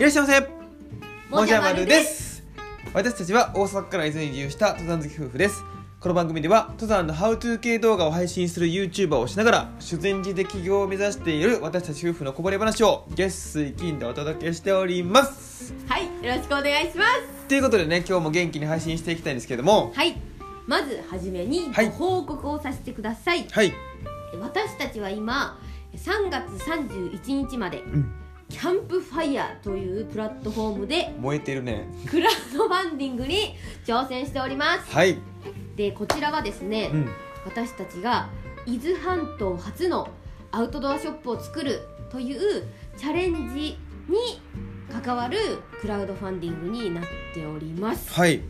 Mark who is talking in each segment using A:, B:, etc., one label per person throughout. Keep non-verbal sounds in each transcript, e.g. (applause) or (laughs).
A: らっしゃいませ
B: もじゃまるです
A: 私たちは大阪から伊豆に移住した登山好き夫婦ですこの番組では登山のハウトゥー系動画を配信する YouTuber をしながら修善寺で起業を目指している私たち夫婦のこぼれ話を月水金でお届けしております
B: はい、よろしくお願いします。
A: ということでね今日も元気に配信していきたいんですけども
B: はい、まずはじめに
A: はい
B: ご報告をさせてください。
A: はい
B: 私たちは今、3月31日まで、
A: ん
B: キャンプファイヤーというプラットフォームで
A: 燃えてるね
B: クラウドファンディングに挑戦しております。
A: はい
B: で、こちらはですね、
A: うん
B: 私たちが伊豆半島初のアウトドアショップを作るというチャレンジに関わるクラウドファンディングになっております、
A: はい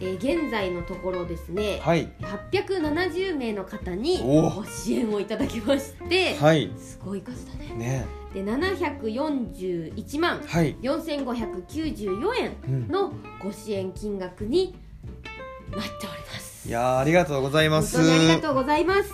B: えー現在のところですね、
A: はい
B: 870名の方に
A: お
B: ご支援をいただきまして、
A: はい
B: すごい数だね
A: ね
B: で741万
A: はい
B: 4594
A: う
B: 円
A: ん
B: のご支援金額になっております
A: いやーありがとうございま
B: 本
A: す
B: 当にありがとうございます。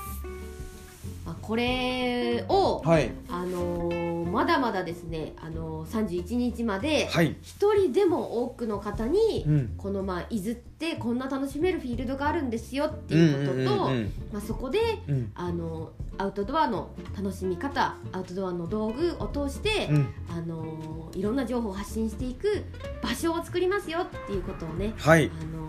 B: まあ、これを、
A: はい
B: あのーまだまだですね、あのー、31日まで
A: はい
B: 一人でも多くの方に、
A: うん
B: このまあ伊豆ってこんな楽しめるフィールドがあるんですよっていうことと、
A: うんうんうん
B: まあ、そこで、
A: うん
B: あのーアウトドアの楽しみ方アウトドアの道具を通して、
A: うん
B: あのーいろんな情報を発信していく場所を作りますよっていうことをね、
A: はい
B: あのー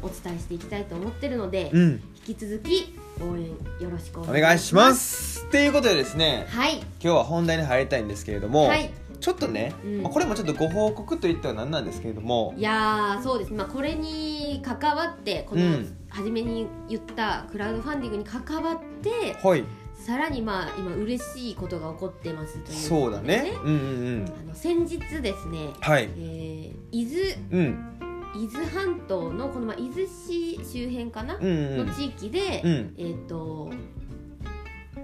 B: お伝えしていきたいと思ってるので。
A: うん
B: 引き続き応援よろしくお
A: お
B: 願
A: 願
B: い
A: い
B: し
A: し
B: ま。
A: ますすっていうことでですね
B: はい、
A: 今日は本題に入りたいんですけれども、
B: はい、
A: ちょっとね、
B: うん
A: まあこれもちょっとご報告といってはなんなんですけれども
B: いやーそうですね、まあ、これに関わってこの、
A: うん
B: 初めに言ったクラウドファンディングに関わって
A: はい
B: さらにまあ今嬉しいことが起こってますという
A: そうだね
B: こと
A: うんうんう
B: で
A: ん
B: すねあの先日ですね、
A: はい
B: えー伊豆
A: うん
B: 伊豆半島のこのまあ伊豆市周辺かな、
A: うんう
B: の
A: ん
B: 地域で、
A: うん
B: えっ、と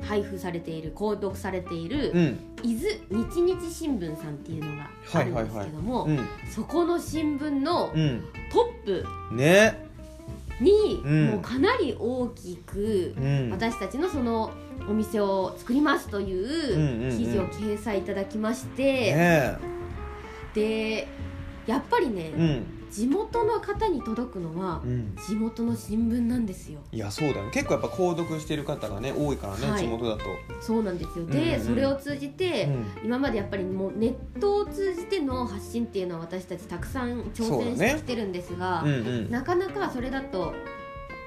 B: 配布されている購読されている、
A: うん
B: 伊豆日日新聞さんっていうのがあるんですけども、
A: うん
B: そこの新聞の
A: うん
B: トップ
A: ね
B: に、
A: うん
B: もうかなり大きく
A: う、ん
B: 私たちのそのお店を作りますと
A: うんうん
B: いううん記事を掲載いただきまして、
A: ね
B: でやっぱりね、
A: うん
B: 地元の方に届くのは
A: うん
B: 地元の新聞なんですよ
A: いやそうだよ結構やっぱ購読してる方がね多いからね、
B: はい
A: 地元だと、
B: そうなんですよ
A: うんうん
B: で、
A: うん
B: それを通じて、
A: うん
B: 今までやっぱりもうネットを通じての発信っていうのは私たちたくさん挑戦してきてるんですが、
A: うんうん
B: なかなかそれだと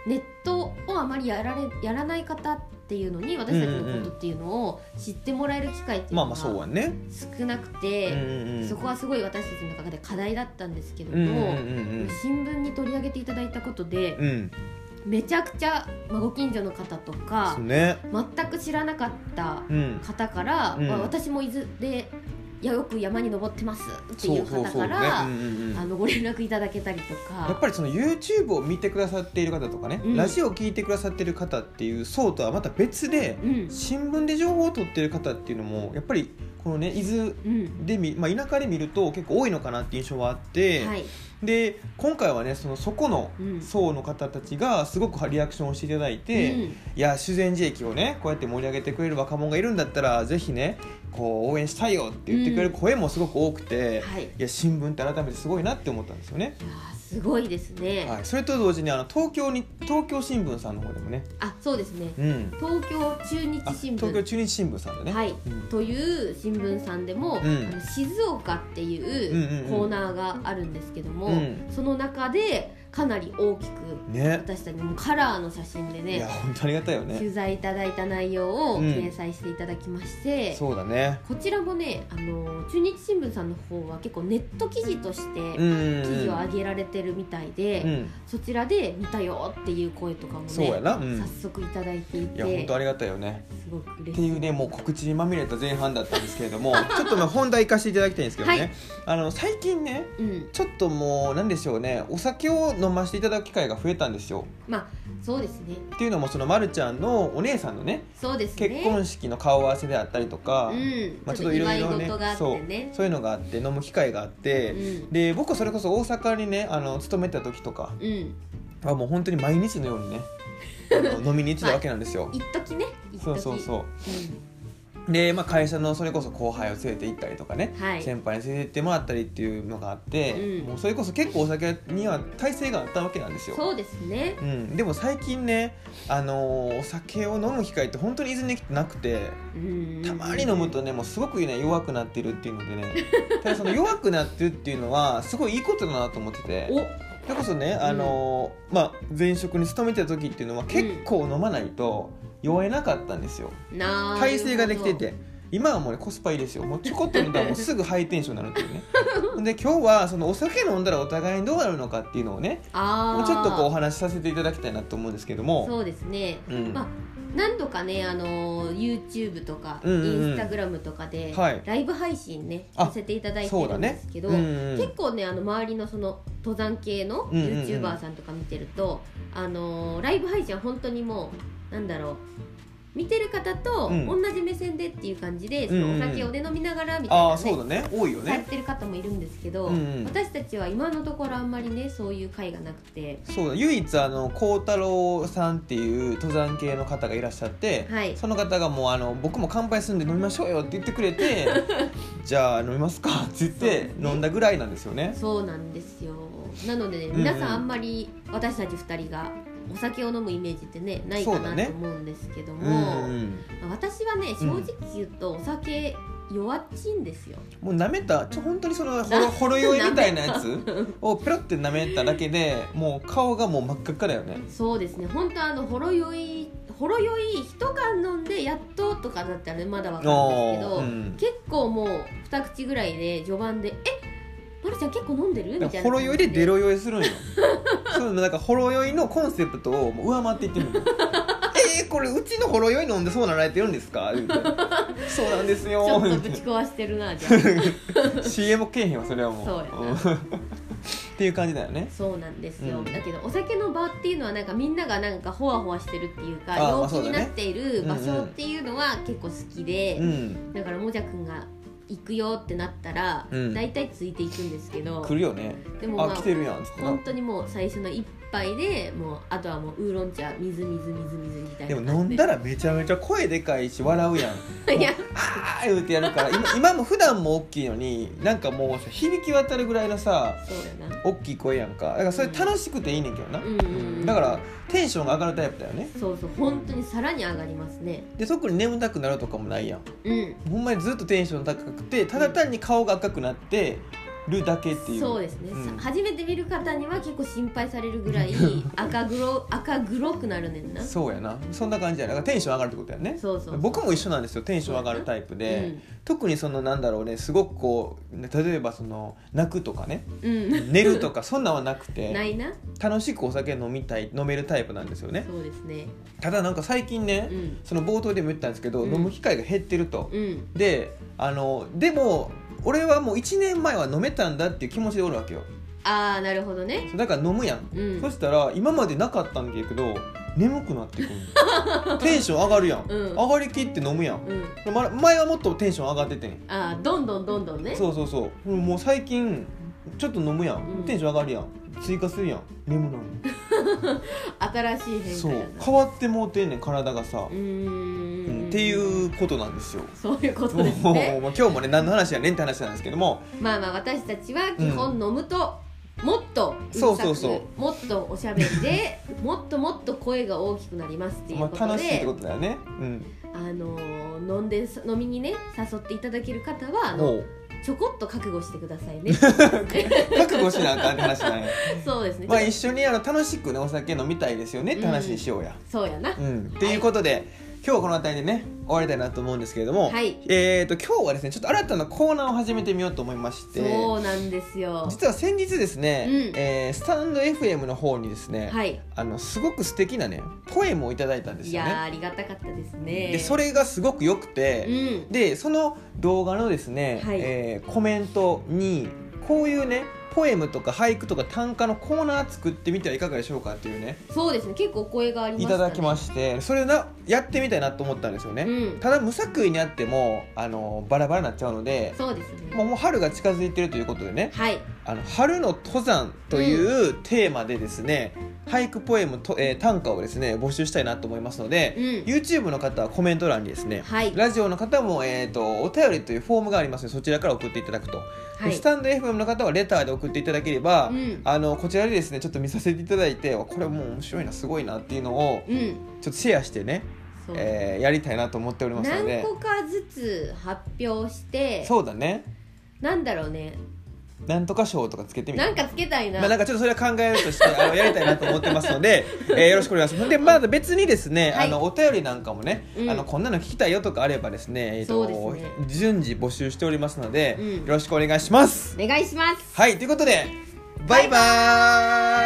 B: ネットをあまりやられやらない方っていうのに私たちのことっていうのを知ってもらえる機会っていう
A: まあ
B: の
A: まあ
B: が
A: そうはね
B: 少なく
A: うん
B: て、
A: うんうん
B: そこはすごい私たちの中で課題だったんですけど
A: うんうん
B: も、
A: うん
B: 新聞に取り上げていただいたことで
A: うんうん
B: めちゃくちゃ、まあ、ご近所の方とか
A: そうね
B: 全く知らなかった
A: うん
B: 方から、
A: うん
B: まあ私も伊豆でいやよく山に登ってますってい
A: そううそう
B: 方
A: そうね
B: から
A: うんうんうん
B: あのご連絡いただけたりとか。
A: やっぱりその YouTube を見てくださっている方とかね、
B: うん
A: ラジオを聞いてくださっている方っていう層とはまた別で、
B: うん
A: 新聞で情報を取っている方っていうのもやっぱりこのね伊豆
B: うん
A: で見、まあ、田舎で見ると結構多いのかなっていう印象はあって、
B: はい
A: で今回はねそのそこの
B: うん
A: 層の方たちがすごくリアクションをしていただいて、
B: う
A: い
B: ん
A: や修善寺駅をねこうやって盛り上げてくれる若者がいるんだったらぜひねこう応援したいよって言ってくれる声もすごく多くて、い
B: はい、いや
A: や新聞って改めてすごいなって思ったんですよね。
B: ーすごいですね、
A: はい、それと同時にあの東京に東京新聞さんの方でもね、
B: あそうですね
A: うん、
B: 東京中
A: あ
B: 日新聞
A: 東京中日新聞さんでね、
B: はい
A: うん
B: という新聞さんでも、
A: うん
B: あの静岡ってい
A: んうん
B: う
A: うん
B: コーナーがあるんですけども、
A: うん
B: その中でかなり大きく
A: ね
B: 私たちもカラーの写真で
A: いや
B: ね
A: 本当ありがたいよね
B: 取材いただいた内容を
A: うん
B: 掲載していただきまして、
A: そうだね
B: こちらもねあの中日新聞さんの方は結構ネット記事として
A: うん
B: 記事を上げられてるみたいで、
A: うん
B: そちらで見たよっていう声とかもね
A: そうやなうん
B: 早速いただいてい
A: い
B: て
A: や本当ありがたいよね
B: すごく嬉
A: って
B: しい
A: いうねもう告知にまみれた前半だったんですけれ
B: (laughs)
A: どもちょっとね本題行かせていただきたいんですけどね、
B: はい
A: あの最近ね
B: うん、
A: ちょっともう何でしょうねお酒を飲ませていただく機会が増えたんですよ
B: まあそうですね
A: っていうのもそのまるちゃんのお姉さんのね
B: そうですね
A: 結婚式の顔合わせであったりとか、
B: うん、
A: まあ、ち
B: ち
A: ょ
B: ょ
A: っと
B: っと
A: いろ
B: 祝
A: い
B: い
A: ろね
B: 事があっ
A: そう
B: てね
A: そういうのがあって飲む機会があって、
B: うん
A: で僕はそれこそ大阪にねあの勤めてた時とか
B: うん
A: はもう本当に毎日のよ
B: (laughs)
A: うにねあの飲みに行ってたわけなんですよ。
B: 一時ね一時、
A: そうそうそううで、まあ、会社のそれこそ後輩を連れて行ったりとかね、
B: はい
A: 先輩に連れて行ってもらったりっていうのがあって、
B: うん
A: もうそれこそ結構お酒には耐性があったわけなんですよ
B: そうですね
A: うん、でも最近ね、あのーお酒を飲む機会って本当に伊豆に来てなくて
B: うん
A: たまに飲むとねもうすごくね弱くなってるっていうの
B: (laughs)
A: でねただその弱くなってるっていうのはすごいいいことだなと思ってて
B: お
A: それこそね、あのーまあ、前職に勤めてた時っていうのは結構飲まないと酔えなかったんですよ、
B: なあ
A: 体勢ができてて今はもうねコスパいいですよもうちょこっと飲んだらもうすぐハイテンションになるっていうね
B: (laughs)
A: で今日はそのお酒飲んだらお互いにどうなるのかっていうのをね
B: あ
A: も
B: あ
A: うちょっとこうお話しさせていただきたいなと思うんですけども
B: そうですね、
A: うん
B: まあ何度かねあの YouTube とか、
A: うんうんうん
B: Instagram とかで、
A: はい
B: ライブ配信ね
A: あ
B: させていただい
A: そ
B: て
A: う
B: る
A: だ
B: ん
A: ね
B: ですけど、
A: うんうん
B: 結構ねあの周りのその登山系の
A: うんうんうん
B: YouTuber さんとか見てると、あのライブ配信は本当にもうなんだろう見てる方と
A: うん
B: 同じ目線でっていう感じで、そ
A: うんう
B: のお
A: んうん
B: 酒をね飲みながらみたい
A: あ
B: な、
A: あそうだね多いよ
B: され
A: ね
B: てる方もいるんですけど、
A: うんうん
B: 私たちは今のところあんまりねそういう会がなくて
A: そうだ唯一あの孝太郎さんっていう登山系の方がいらっしゃって、
B: はい
A: その方がもうあの僕も乾杯するんで飲みましょうよって言ってくれ
B: (laughs)
A: てじゃあ飲みますかって言っ
B: そう
A: て
B: ですね
A: 飲んだぐらいなんですよね
B: そうなんですよなのでね、
A: んうん
B: 皆さんあんまり私たち2人がお酒を飲むイメージってねないか
A: そうだ
B: な
A: ね
B: と思うんですけど
A: うんうん
B: も、
A: うん
B: 私はね正直言うとお酒弱っちいんですよ、
A: もう舐めたちょ本当にそ
B: (laughs)
A: のほろほろ酔いみたいなやつをペロって舐めただけでもう顔がもう真っ赤っかだよね
B: そうですね本当あのほろ酔いほろ酔い一缶飲んでやっととかだったらねまだわかるんですけど、
A: おーうん
B: 結構もう二口ぐらいで序盤で「えまるちゃん結構飲んでる?」みたいな感じ
A: ほろ酔いでデロ酔いす
B: (laughs)
A: るんよそういうのなんかほろ酔いのコンセプトをもう上回っていって
B: (laughs)
A: るのえー、これうちのほろ酔い飲んでそうなられてるんですか?」言うて「そうなんですよ
B: ちょっと
A: (laughs)
B: ぶち壊してるなじゃあ
A: CM けえへんわそれはもう
B: そうや
A: んっていう感じだよね
B: そうなんですよ、
A: うん
B: だけどお酒の場っていうのはなんかみんながなんかほわほわしてるっていうか
A: あーま
B: 陽
A: あ
B: 気
A: そうだ
B: に
A: ね
B: なっている場所っていうのは結構好きで、
A: うん
B: だからもじゃくんが行くよってなったら、
A: うん
B: 大体ついていくんですけど
A: 来るよね
B: でもま
A: あ
B: あ
A: 来てるやんっつってな
B: 本当にもう最初の一杯でもうあとはもうウーロン茶水水水水みたい
A: で
B: な
A: も飲んだらめちゃめちゃ声でかいし笑うやん
B: (laughs) いや
A: あー言うてやるから今今も普段も大きいのになんかもうさ響き渡るぐらいのさ
B: そうだな
A: 大きい声やんかだからそれ楽しくていいねんけどな、
B: うんうんうん
A: だからテンションが上がるタイプだよね
B: そうそう本当にさらに上がりますね
A: で特に眠たくなるとかもないやん
B: うん
A: ほんまにずっとテンション高くてただ単に顔が赤くなってるだけっていう
B: そうですね、
A: うん
B: さ初めて見る方には結構心配される
A: (laughs)
B: ぐらい赤黒赤黒くなるねんなそ
A: そうやなそんな感じやなだからテンション上がるってことやね
B: うそう
A: 僕も一緒なんですよテンション上がるタイプで、特にそのなんだろうねすごくこう例えばその泣くとかね
B: うん、うん
A: 寝るとかそんなんはなく
B: (laughs) な
A: て
B: いな
A: 楽しくお酒飲みたい飲めるタイプなんですよね
B: そうですね
A: ただなんか最近ね、
B: うん
A: その冒頭でも言ったんですけど、
B: うん
A: 飲む機会が減ってると、
B: うん
A: であのでも俺はもう1年前は飲めたんだっていう気持ちでおるわけよ
B: ああなるほどね
A: だから飲むやん、
B: うん
A: そしたら今までなかったんだけど眠くなってく
B: (laughs)
A: るテンション上がるやん、
B: うん
A: 上がりきって飲むやん
B: うん
A: ま前はもっとテンション上がっててん
B: ああどんどんどんどんね
A: そうそうそうもう最近ちょっと飲むやん、
B: うん
A: テンション上がるやん追加するやん眠なる
B: 新しい変
A: そ
B: 化
A: う
B: やな
A: 変わってもうてんねん体がさ
B: う、ー
A: うん
B: ん
A: っていうことなんですよ
B: そういうこと
A: もう
B: です
A: もう
B: ね
A: 今日もね何の話やねんって話なんですけども
B: まあまあ私たちは基本飲むと、もっとうるさく
A: そうそうそう
B: もっとおしゃべりでもっともっと声が大きくなりますっていう
A: ま
B: ことで、
A: あ、楽しいってことだよねうん
B: あのー飲んで飲みにね誘っていただける方は
A: も
B: あの
A: う
B: ちょこっと覚悟してくだ
A: (laughs)
B: さいね
A: 覚悟しなあかんって話
B: (laughs)
A: なんや
B: そうですね、
A: まあ
B: ちょっ
A: 一緒にあの楽しくねお酒飲みたいですよねって話にしようや、
B: とそうやな
A: うんっていうことで、今日はこの辺りでね終わりたいなと思うんですけれども、
B: はい
A: えー、と今日はですねちょっと新たなコーナーを始めてみようと思いまして
B: そうなんですよ
A: 実は先日ですね、
B: うん
A: えースタンド FM の方にですね、
B: はい
A: あのすごく素敵なねポエムをいただいたんで
B: い
A: すよ
B: やー
A: ね。
B: ありがたかったですね
A: でそれがすごく良くて、
B: うん
A: でその動画のですね、
B: はい
A: えーコメントにこういうねポエムとか俳句とか短歌のコーナー作ってみてはいかがでしょうかっていうね
B: そうですね結構お声がありまし
A: い
B: た、ね、
A: ただきましてそれなやってみたいなと思ったんですよね、
B: うん
A: ただ無作為にあってもあのバラバラになっちゃうので
B: そうですね
A: もうもう春が近づいてるということでね
B: はい
A: あの春の登山というテーマでですね、俳句ポエムと、えー短歌をですね募集したいなと思いますの
B: う
A: で、
B: ん
A: YouTube の方はコメント欄にですね、
B: はい
A: ラジオの方も、えー、とお便りというフォームがありますのでそちらから送っていただくと、
B: は
A: で
B: い
A: スタンド FM の方はレターで送っていただければ、
B: うん
A: あのこちらでですねちょっと見させていただいてわこれもう面白いなすごいなっていうのを
B: うん
A: ちょっとシェアしてね、
B: そう、
A: えーやりたいなと思っておりますの
B: 何
A: で
B: 個かずつ発表して
A: そうだね
B: なんだろうね
A: なんとか賞とかつけてみて
B: なんかつけたいな、
A: まあ、なんかちょっとそれは考えるとしてあのやりたいなと思ってますの
B: (laughs)
A: で、えーよろしくお願いします。でまだ別にですね、
B: はい
A: あのお便りなんかもね、
B: うん
A: あのこんなの聞きたいよとかあればですね,、えーと
B: そうですね
A: 順次募集しておりますので、
B: うん
A: よろしくお願いします。
B: お願いします
A: はいということでバイバーイ